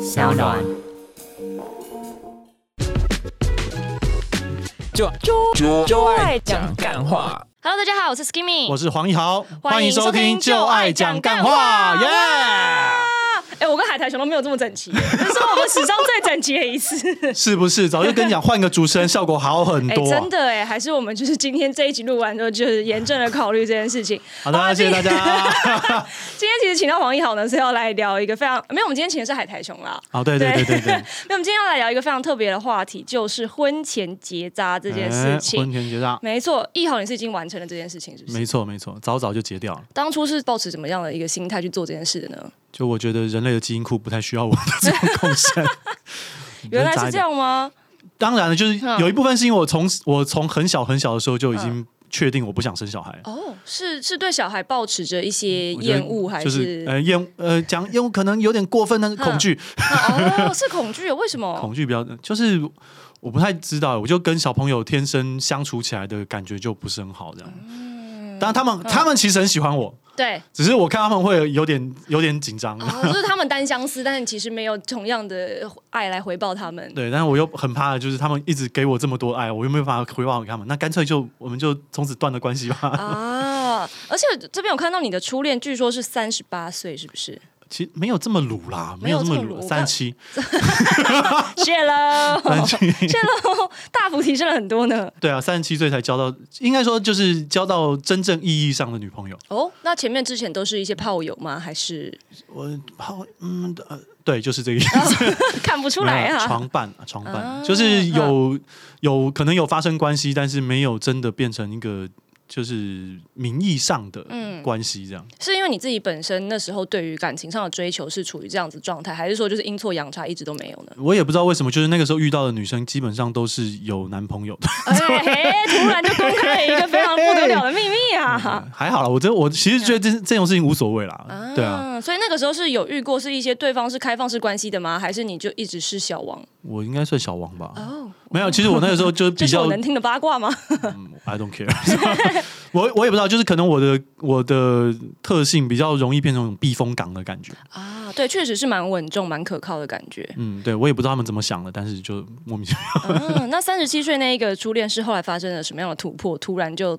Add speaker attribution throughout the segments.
Speaker 1: 小暖。
Speaker 2: 就
Speaker 3: 就
Speaker 2: 就爱讲干话，
Speaker 1: Hello，大家好，我是 Skimmy，
Speaker 3: 我是黄一豪，
Speaker 1: 欢
Speaker 3: 欢
Speaker 1: 迎
Speaker 3: 迎
Speaker 1: 收
Speaker 3: 收
Speaker 1: 听
Speaker 3: 听《
Speaker 1: 就
Speaker 3: 就
Speaker 1: 爱
Speaker 3: 爱
Speaker 1: 讲
Speaker 3: 讲
Speaker 1: 干
Speaker 3: 干
Speaker 1: 话
Speaker 3: 话》耶！
Speaker 4: 哎、我跟海苔熊都没有这么整齐，这是我们史上最整齐的 一次。
Speaker 3: 是不是？早就跟你讲，换个主持人效果好很
Speaker 4: 哎、
Speaker 3: 多。
Speaker 4: 真的哎、还是我们就是今天这一集录完之后，就是严正的考虑这件事情。
Speaker 3: 好的，谢谢大家。
Speaker 4: 今天其 实请到黄奕豪呢，是要来聊一个非常没有，我们今天请的是海苔熊啦。
Speaker 3: 好，对对对哎对对，
Speaker 4: 那我们今天要来聊一个非常特别的话题，就是婚前结扎这件事
Speaker 3: 哎
Speaker 4: 情。
Speaker 3: 婚前结扎，
Speaker 4: 没错，奕豪你是已经完成了这件事情，是不是？
Speaker 3: 没错没错，早早就结掉了。
Speaker 4: 当初是抱持怎么样的一个心态去做这件事的呢？
Speaker 3: 就我觉得人类的基因库不太需要我的这种贡献。
Speaker 4: 原来
Speaker 3: 人渣
Speaker 4: 是
Speaker 3: 一
Speaker 4: 这
Speaker 3: 点。
Speaker 4: 样吗？
Speaker 3: 当然了，就是
Speaker 4: 嗯
Speaker 3: 有一部分是因为我从我从很小很小的时候就已经确定我不想生小孩了。
Speaker 4: 哦，是是对小孩抱持着一些
Speaker 3: 嗯我觉得
Speaker 4: 厌恶，还
Speaker 3: 就是呃厌呃讲厌恶可能有点过分，但是恐惧
Speaker 4: 哦，是恐惧的，为什么？
Speaker 3: 恐惧比较，就是我不太知道，我就跟小朋友天生相处起来的感觉就不是很好这样。当然，他们他们其实很喜欢我，
Speaker 4: 对，
Speaker 3: 只是我看他们会有点有点紧张，
Speaker 4: 哦，就是他们单相思，但是其实没有同样的爱来回报他们。
Speaker 3: 对，但是我又很怕，就是他们一直给我这么多爱，我又没有办法回报给他们，那干脆就我们就从此断了关系吧。
Speaker 4: 啊，而且这边有看到你的初恋，据说是三十八岁，是不是？
Speaker 3: 其实没有这么鲁啦，没有这
Speaker 4: 没有
Speaker 3: 么
Speaker 4: 这么
Speaker 3: 鲁，
Speaker 4: 鲁
Speaker 3: 三七
Speaker 4: 谢喽，
Speaker 3: 三七，
Speaker 4: 谢喽，大幅提升了很多呢。
Speaker 3: 对啊，三十七岁才交到，应该说就是交到真正意义上的女朋友。
Speaker 4: 哦，那前面之前都是一些炮友吗？还是
Speaker 3: 我好，嗯，呃对，就是这个意思。
Speaker 4: 看不出
Speaker 3: 没有
Speaker 4: 来
Speaker 3: 啦
Speaker 4: 啊？
Speaker 3: 床 伴，床伴、
Speaker 4: 啊
Speaker 3: 就是有、有可能有发生关系，但是没有真的变成一个就是名义上的
Speaker 4: 嗯
Speaker 3: 关系这样。
Speaker 4: 是因为你自己本身那时候对于感情上的追求是处于这样子状态，还是说就是阴错阳差一直都没有呢？
Speaker 3: 我也不知道为什么，就是那个时候遇到的女生基本上都是有男朋友的，
Speaker 4: 哎、嘿突然就公开了一个非常不得了的秘密 啊！
Speaker 3: 还好啦，我真我其实觉得这这种事情无所谓啦，对啊，
Speaker 4: 嗯，所以那个时候是有遇过是一些对方是开放式关系的吗？还是你就一直是小王？
Speaker 3: 我应该算小王吧。
Speaker 4: 哦，
Speaker 3: 没有，其实我那个时候就是
Speaker 4: 这
Speaker 3: 比
Speaker 4: 是
Speaker 3: 较
Speaker 4: 我能听的八卦吗？
Speaker 3: I don't care，我 我也不知道，就是可能我的我的特性比较容易变成那种避风港的感觉。。
Speaker 4: 啊，对，确实是蛮稳重、蛮可靠的感觉
Speaker 3: 嗯，对我也不知道他们怎么想的，但是就莫名其妙。
Speaker 4: 嗯，那三十七岁那一个初恋是后来发生了什么样的突破？突然就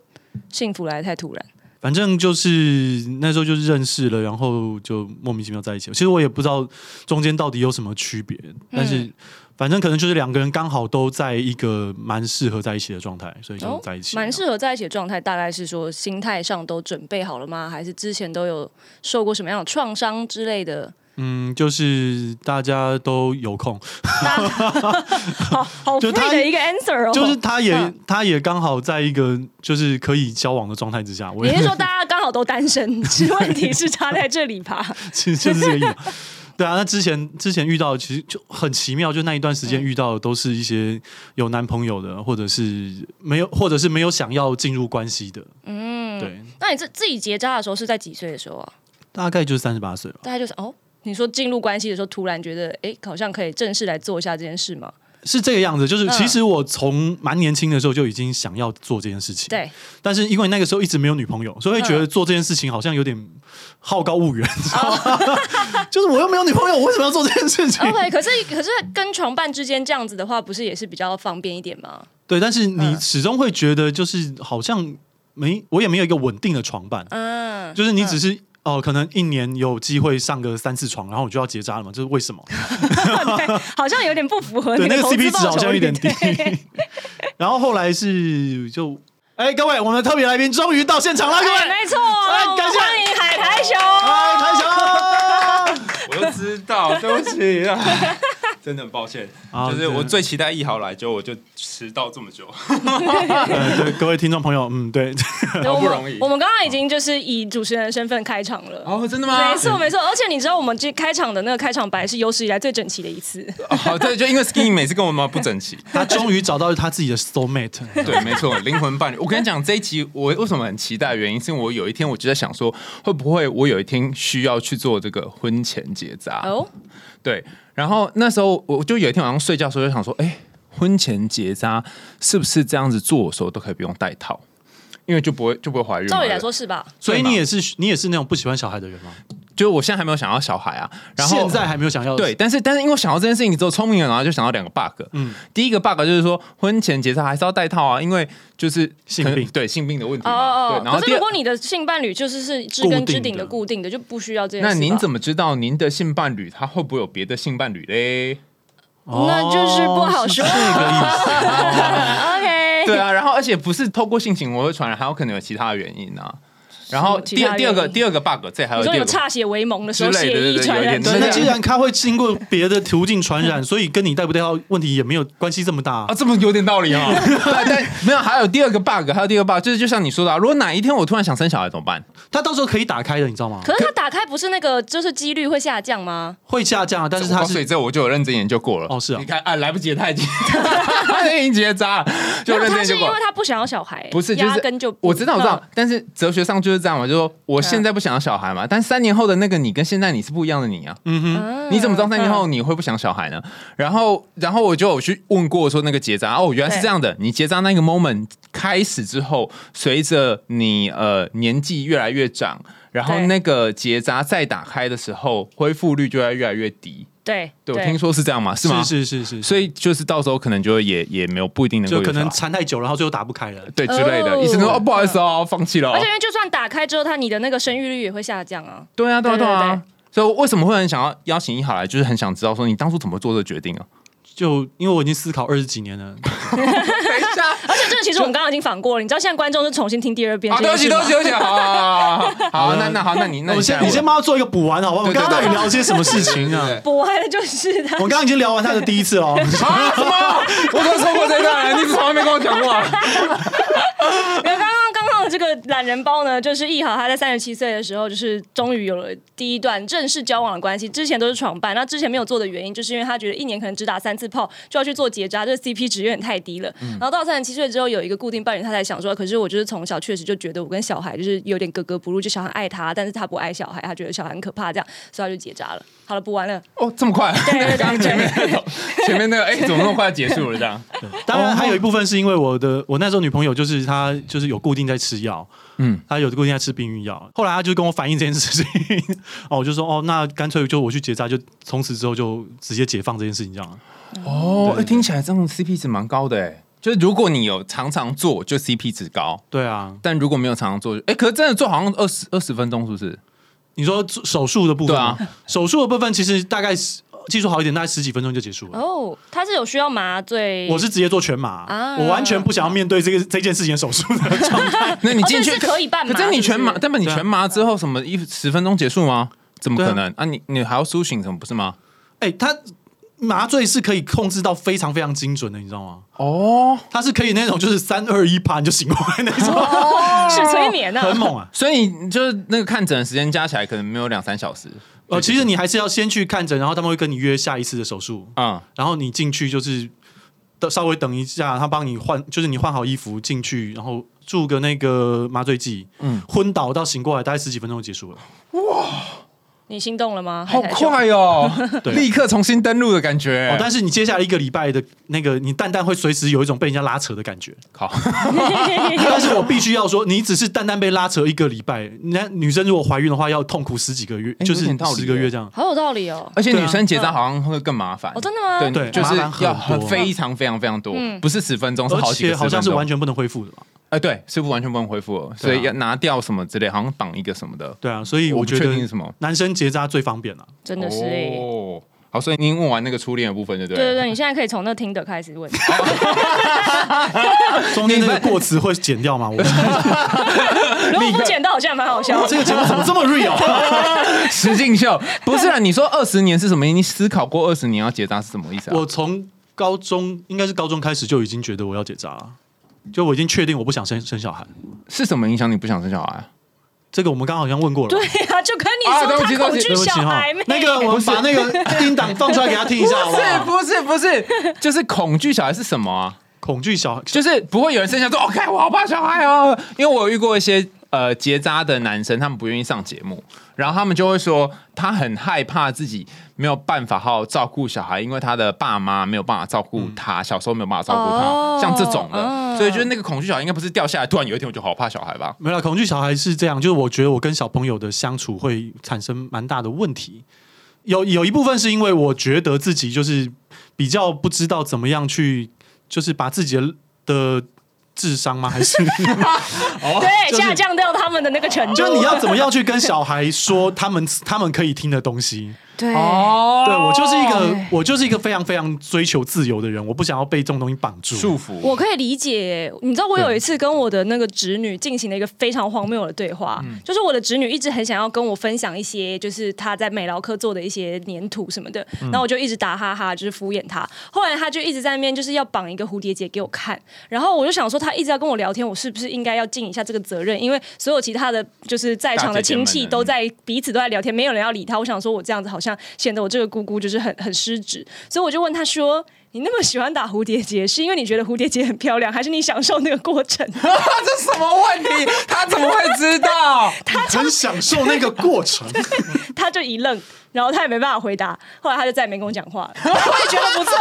Speaker 4: 幸福来得太突然。
Speaker 3: 反正就是那时候就是认识了，然后就莫名其妙在一起了。其实我也不知道中间到底有什么区别，但是
Speaker 4: 嗯
Speaker 3: 反正可能就是两个人刚好都在一个蛮适合在一起的状态，所以就在一起了。
Speaker 4: 哦蛮适合在一起的啊状态，大概是说心态上都准备好了吗？还是之前都有受过什么样的创伤之类的？
Speaker 3: 嗯，就是大家都有空，
Speaker 4: 好好
Speaker 3: 就
Speaker 4: free
Speaker 3: 他
Speaker 4: 的一个 answer 哦，
Speaker 3: 就是他也、
Speaker 4: 嗯
Speaker 3: 他也刚好在一个就是可以交往的状态之下。我
Speaker 4: 你
Speaker 3: 也
Speaker 4: 是说大家刚好都 单身，是问题是差在这里吧？
Speaker 3: 其实 就是这个意思。对啊，那之前之前遇到的其实就很奇妙，就那一段时间遇到的都是一些有男朋友的，或者是没有，或者是没有想要进入关系的。嗯，对，
Speaker 4: 那你自自己结扎的时候是在几岁的时候啊？
Speaker 3: 大概就是三十八岁吧。
Speaker 4: 大概就是哦，你说进入关系的时候，突然觉得哎，诶好像可以正式来做一下这件事吗？
Speaker 3: 是这个样子，就是
Speaker 4: 嗯
Speaker 3: 其实我从蛮年轻的时候就已经想要做这件事情，，
Speaker 4: 对，嗯
Speaker 3: 但是因为那个时候一直没有女朋友，所以会觉得做这件事情好像有点好高骛远，你知道
Speaker 4: 哦
Speaker 3: 吗？ 就是我又没有女朋友，我为什么要做这件事情？
Speaker 4: OK，可是可是跟床伴之间这样子的话，不是也是比较方便一点吗？
Speaker 3: 对，但是
Speaker 4: 嗯
Speaker 3: 你始终会觉得，就是好像没，我也没有一个稳定的床伴，
Speaker 4: 嗯，
Speaker 3: 就是你只是哦、可能一年有机会上个三次床，然后我就要结扎了嘛，这是为 什么？
Speaker 4: 对，好像有点不符合
Speaker 3: 对，
Speaker 4: 你
Speaker 3: 那个
Speaker 4: 的投资
Speaker 3: CP 值
Speaker 4: 报酬
Speaker 3: 好像有
Speaker 4: 率
Speaker 3: 点低。 然后后来是就，哎，各位，我们的特别来宾终于到现场了，啊各位， 哎
Speaker 4: 哎没错，我
Speaker 3: 感
Speaker 4: 们
Speaker 3: 谢
Speaker 4: 欢迎海苔熊。
Speaker 3: 嗨，台 雄。
Speaker 2: 我就知道，对不起 啊，真的很抱歉，
Speaker 3: 啊
Speaker 2: 就是我
Speaker 3: 真的
Speaker 2: 最期待一豪来，结果我就迟到这么久，
Speaker 3: 呃，对，各位听众朋友，嗯， 对，
Speaker 4: 对我
Speaker 2: 不
Speaker 4: 们
Speaker 2: 容易
Speaker 4: 我们刚刚已经就是以主持人的身份开场了。
Speaker 2: 哦，真的
Speaker 4: 没错没错，而且你知道我们这开场的那个开场白是有史以来最整齐的一次，
Speaker 2: 哦，对，就因为 Skinny 每次跟我妈不整 齐，
Speaker 3: 他终于找到他自己的 soul mate。
Speaker 2: 对，没错，灵魂伴侣。我跟你讲，这一集我为什么很期待，原因是因为我有一天我就在想说，会不会我有一天需要去做这个婚前结扎？
Speaker 3: 啊
Speaker 4: 哦，
Speaker 2: 对，然后那时候我就有一天晚上睡觉的时候就想说，哎，婚前结扎是不是这样子做的时候都可以不用戴套？因为就不会就不会怀孕嘛。
Speaker 4: 照理来说是吧？
Speaker 3: 所以
Speaker 2: 对嘛
Speaker 3: 你也是你也是那种不喜欢小孩的人吗？
Speaker 2: 就是我现在还没有想要小孩啊，然后
Speaker 3: 现在还没有想要
Speaker 2: 对，但是但是因为我想到这件事情之后，聪明人然后就想到两个 bug。嗯，第一个 bug 就是说婚前结扎还是要戴套啊，因为就是
Speaker 3: 性
Speaker 2: 可能
Speaker 3: 病
Speaker 2: 对性病的问题
Speaker 4: 哦
Speaker 2: 嘛。
Speaker 4: 哦
Speaker 2: 对，然
Speaker 4: 哦
Speaker 2: 后
Speaker 4: 可是
Speaker 2: 第
Speaker 4: 如
Speaker 2: 二，
Speaker 4: 果你的性伴侣就是是知根知顶的
Speaker 3: 固
Speaker 4: 固定的，就不需要这件
Speaker 2: 那
Speaker 4: 事吧。
Speaker 2: 您怎么知道您的性伴侣他会不会有别的性伴侣嘞？
Speaker 4: 那就是不好说
Speaker 3: 哦是这
Speaker 4: 哦
Speaker 3: 个意 思。
Speaker 4: OK，
Speaker 2: 对啊，然后而且不是透过性行为会传染，还有可能有其他的原因啊。然后
Speaker 4: 其
Speaker 2: 第
Speaker 4: 他
Speaker 2: 二第二个
Speaker 4: 原因
Speaker 2: 第二个 bug，这还有
Speaker 4: 你
Speaker 2: 第
Speaker 4: 说
Speaker 2: 二
Speaker 4: 有
Speaker 2: 个
Speaker 4: 歃血为盟的时候，
Speaker 2: 之类的
Speaker 4: 血
Speaker 2: 对
Speaker 4: 液
Speaker 2: 对
Speaker 4: 传
Speaker 2: 有
Speaker 4: 染
Speaker 2: 点
Speaker 4: 之
Speaker 3: 对，那
Speaker 4: 类的，
Speaker 3: 既然它会经过别的途径传染，所以跟你带不带到问题也没有关系这么大
Speaker 2: 啊，。这么有点道 理啊、哦。对，但没有，还有第二个 bug，还有第二个 bug，就是就像你说的、啊，如果哪一天我突然想生小孩怎么办？
Speaker 3: 它到时候可以打开的，你知道吗？
Speaker 4: 可是它打开不是那个就是几率会下降吗？
Speaker 3: 会下降啊，但是它
Speaker 2: 哦所以
Speaker 3: 是
Speaker 2: 这我就有认真研究过了。
Speaker 3: 哦是啊
Speaker 2: 你看啊，来不及了，他已经他已经结扎了，就
Speaker 4: 没有，
Speaker 2: 认真
Speaker 4: 他
Speaker 2: 研
Speaker 4: 是
Speaker 2: 究
Speaker 4: 因
Speaker 2: 过
Speaker 4: 为
Speaker 2: 了。
Speaker 4: 他不想要小孩，
Speaker 2: 不是，就
Speaker 4: 压
Speaker 2: 是
Speaker 4: 根就不
Speaker 2: 我知道，我知道
Speaker 4: 嗯，
Speaker 2: 但是哲学上就是这样嘛，就是说我现在不想要小孩嘛，但三年后的那个你跟现在你是不一样的你啊，
Speaker 4: 嗯
Speaker 2: 你怎么知道三年后你会不想小孩呢？然后，然后我就有去问过说那个结扎哦，原来是这样的。你结扎那个 moment 开始之后，随着你呃年纪越来越长，然后
Speaker 4: 对
Speaker 2: 那个结扎再打开的时候，恢复率就会越来越低。
Speaker 4: 对
Speaker 2: 对，我听说是这样嘛，是吗？
Speaker 3: 是是是是，
Speaker 2: 所以就是到时候可能就也也没有不一定能够
Speaker 3: 就
Speaker 2: 有
Speaker 3: 可
Speaker 2: 小
Speaker 3: 能
Speaker 2: 孩
Speaker 3: 缠太久，然后最后打不开了。
Speaker 2: 对之类的。
Speaker 4: 哦
Speaker 2: 医生说哦，不好意思哦，放弃了哦
Speaker 4: 而且。因为就算打开之后，它你的那个生育率也会下降啊。
Speaker 2: 对啊，对啊，
Speaker 4: 对
Speaker 2: 对
Speaker 4: 对
Speaker 2: 啊。所以为什么会很想要邀请一好来，就是很想知道说你当初怎么做这个决定啊？
Speaker 3: 就因为我已经思考二十几年了，
Speaker 2: 等一下，
Speaker 4: 而且这个其实我们刚刚已经反过了，你知道现在观众是重新听第二遍
Speaker 2: 啊，
Speaker 4: 这
Speaker 2: 对
Speaker 4: 件
Speaker 2: 不起，
Speaker 4: 事
Speaker 2: 对不起，对不
Speaker 4: 吗。
Speaker 2: 起，好好好好好，那那好，那你 那
Speaker 3: 我先
Speaker 2: 下一
Speaker 3: 你
Speaker 2: 位
Speaker 3: 先帮他做一个补完好不好？我们
Speaker 2: 对对
Speaker 3: 刚刚到底
Speaker 2: 对
Speaker 3: 聊了些什么事情啊
Speaker 2: 对对？
Speaker 4: 不爱的就是他
Speaker 3: 我们刚刚已经聊完他的第一次哦，
Speaker 2: 啊什么？我怎么错过这一段了？你从来没跟我讲过啊。
Speaker 4: 那刚刚刚刚的这个懒人包呢，就是易豪他在三十七岁的时候，就是终于有了第一段正式交往的关系，之前都是床伴，那之前没有做的原因，就是因为他觉得一年可能只打三次炮就要去做结扎，这个 CP 值有点太低
Speaker 3: 嗯
Speaker 4: 了。然后到三十七岁之后有一个固定伴侣，他才想说，可是我就是从小确实就觉得我跟小孩就是有点格格不入，就小孩爱他，但是他不爱小孩，他觉得小孩很可怕，这样，所以他就结扎了。好了，不玩了，
Speaker 2: 哦，这么快？
Speaker 4: 对对对
Speaker 2: 刚刚前面那种前面那个，哎，怎么那么快结束了这样？
Speaker 3: 当然还有一部分是因为我的我那时候女朋友就是她就是有固定在吃药，
Speaker 2: 嗯
Speaker 3: 嗯，她有固定在吃避孕药。后来她就跟我反映这件事情， 哦，我就说哦，那干脆就我去结扎，就从此之后就直接解放这件事情这样。
Speaker 2: 哦，哎听起来这种 CP 值蛮高的哎。就是如果你有常常做，就 CP 值高；
Speaker 3: 对啊，
Speaker 2: 但如果没有常常做，哎，可是真的做好像二十二十分钟，是不是？
Speaker 3: 你说手术的部分吗
Speaker 2: 对
Speaker 3: 手术的部分其实大概是技术好一点，大概十几分钟就结束了。
Speaker 4: 哦，他是有需要麻醉，
Speaker 3: 我是直接做全麻，
Speaker 4: 啊
Speaker 3: 我完全不想要面对这个这 件事情的手术的 状态。
Speaker 2: 那你
Speaker 4: 哦
Speaker 2: 进去
Speaker 4: 这是可以半麻
Speaker 2: 可是你全麻
Speaker 4: 是，不是
Speaker 2: 但不你
Speaker 3: 对啊
Speaker 2: 全麻之后，什么一十分钟结束吗？怎么可
Speaker 3: 对
Speaker 2: 能啊？你你还要苏醒什么不是吗？
Speaker 3: 哎、他麻醉是可以控制到非常非常精准的，你知道吗？
Speaker 2: 哦，
Speaker 3: 他是可以那种就是三二一啪你就醒过来那种，
Speaker 4: 是催眠呢、
Speaker 3: 很猛 啊！
Speaker 2: 所以你就是那个看诊的时间加起来可能没有两三小时。
Speaker 3: 呃，其实你还是要先去看诊，然后他们会跟你约下一次的手术，
Speaker 2: 啊、
Speaker 3: 然后你进去就是等稍微等一下，他帮你换，就是你换好衣服进去，然后注个那个麻醉剂，嗯，昏倒到醒过来大概十几分钟就结束了。哦
Speaker 4: 你心动了吗？
Speaker 2: 好
Speaker 4: 还是害羞
Speaker 2: 快哦，
Speaker 3: 对
Speaker 2: 立刻重新登录的感觉。
Speaker 3: 哦，但是你接下来一个礼拜的那个，你蛋蛋会随时有一种被人家拉扯的感觉。
Speaker 2: 好，
Speaker 3: 但是我必须要说，你只是蛋蛋被拉扯一个礼拜，那女生如果怀孕的话，要痛苦十几个月，
Speaker 2: 哎
Speaker 3: 就是
Speaker 2: 有点道理
Speaker 3: 十个月这样。
Speaker 4: 好有道理哦。
Speaker 2: 而且
Speaker 3: 对啊
Speaker 2: 女生结扎好像会更麻烦。
Speaker 4: 哦真的吗
Speaker 2: 对，
Speaker 3: 对
Speaker 2: 就是
Speaker 3: 麻烦很
Speaker 2: 要
Speaker 3: 多
Speaker 2: 非常非常非常多，
Speaker 4: 嗯
Speaker 2: 不是十分钟，是好
Speaker 3: 而且
Speaker 2: 几个十分
Speaker 3: 好
Speaker 2: 钟。
Speaker 3: 像是完全不能恢复的吧？
Speaker 2: 哎、对，是不完全不能恢复了，所
Speaker 3: 对啊
Speaker 2: 以要拿掉什么之类，好像绑一个什么的。
Speaker 3: 对啊，所以
Speaker 2: 我
Speaker 3: 我
Speaker 2: 不
Speaker 3: 觉
Speaker 2: 确定是
Speaker 3: 得
Speaker 2: 什么。
Speaker 3: 男生结扎最方便啊了、
Speaker 4: 真的是哎、
Speaker 2: 哦，好，所以您问完那个初恋的部分，对不
Speaker 4: 对
Speaker 2: 对
Speaker 4: 对对，你现在可以从那听的开 始问。
Speaker 3: 啊中间那个过词会剪 掉吗？我
Speaker 4: 如果不剪到，好像蛮好笑。
Speaker 3: 这个节目怎么这么 real？啊
Speaker 2: 对，石敬秀不是啊？你说二十年是什么意思？你思考过二十年要结扎是什么意思 啊？
Speaker 3: 我从高中应该是高中开始就已经觉得我要结扎了，就我已经确定我不想生生小孩。
Speaker 2: 是什么影响你不想生小孩啊？
Speaker 3: 这个我们刚刚好像问过了吧。
Speaker 4: 对啊，就跟你
Speaker 2: 啊
Speaker 4: 说
Speaker 2: 对不
Speaker 4: 他
Speaker 2: 起
Speaker 4: 恐
Speaker 2: 对
Speaker 4: 惧
Speaker 3: 对不起
Speaker 4: 小
Speaker 3: 哈
Speaker 4: 孩妹，，
Speaker 3: 那个我们把那个音档放出来给他听一下，好啊不好？
Speaker 2: 不是不是不是，就是恐惧小孩是什么啊？
Speaker 3: 恐惧小孩，
Speaker 2: 就是不会有人生下说哦，看我好怕小孩哦，因为我有遇过一些呃结扎的男生，他们不愿意上节目，然后他们就会说，他很害怕自己没有办法好好照顾小孩，因为他的爸妈没有办法照顾他，小时候没有办法照顾他，
Speaker 4: 嗯哦
Speaker 2: 像这种的，
Speaker 4: 嗯
Speaker 2: 所以就是那个恐惧小孩应该不是掉下来，突然有一天我就好怕小孩吧？
Speaker 3: 没有啦，恐惧小孩是这样，就是我觉得我跟小朋友的相处会产生蛮大的问题。有有一部分是因为我觉得自己就是比较不知道怎么样去，就是把自己的的智商吗？还是就
Speaker 4: 对，
Speaker 3: 是
Speaker 4: 下降掉他们的那个程 度。
Speaker 3: 就是你要怎么样去跟小孩说他们 他们可以听的东西？
Speaker 4: 对
Speaker 2: 哦
Speaker 3: 对我就是一个
Speaker 4: 对
Speaker 3: 我就是一个非常非常追求自由的人，我不想要被这种东西绑住。
Speaker 2: 束缚，
Speaker 4: 我可 以理解耶，你知道我有一次跟我的那个侄女进行了一个非常荒谬的对话，就是我的侄女一直很想要跟我分享一些，就是她在美劳科做的一些粘土什么的，然后我就一直打哈哈，就是敷衍她。后来她就一直在那边就是要绑一个蝴蝶结给我看，然后我就想说她一直要跟我聊天，我是不是应该要尽一下这个责任？因为所有其他的就是在场的
Speaker 2: 大
Speaker 4: 亲
Speaker 2: 姐姐
Speaker 4: 戚
Speaker 2: 们啊嗯
Speaker 4: 都在彼此都在聊天，没有人要理她。我想说我这样子好像显得我这个姑姑就是很很失职，所以我就问她说。你那么喜欢打蝴蝶结，是因为你觉得蝴蝶结很漂亮，还是你享受那个过程？
Speaker 2: 这什么问题？他怎么会知道？
Speaker 3: 很享受那个过 程，
Speaker 2: 啊
Speaker 4: 他就一愣，然后他也没办法回答。后来他就再也没跟我讲话了。 我也觉得不错，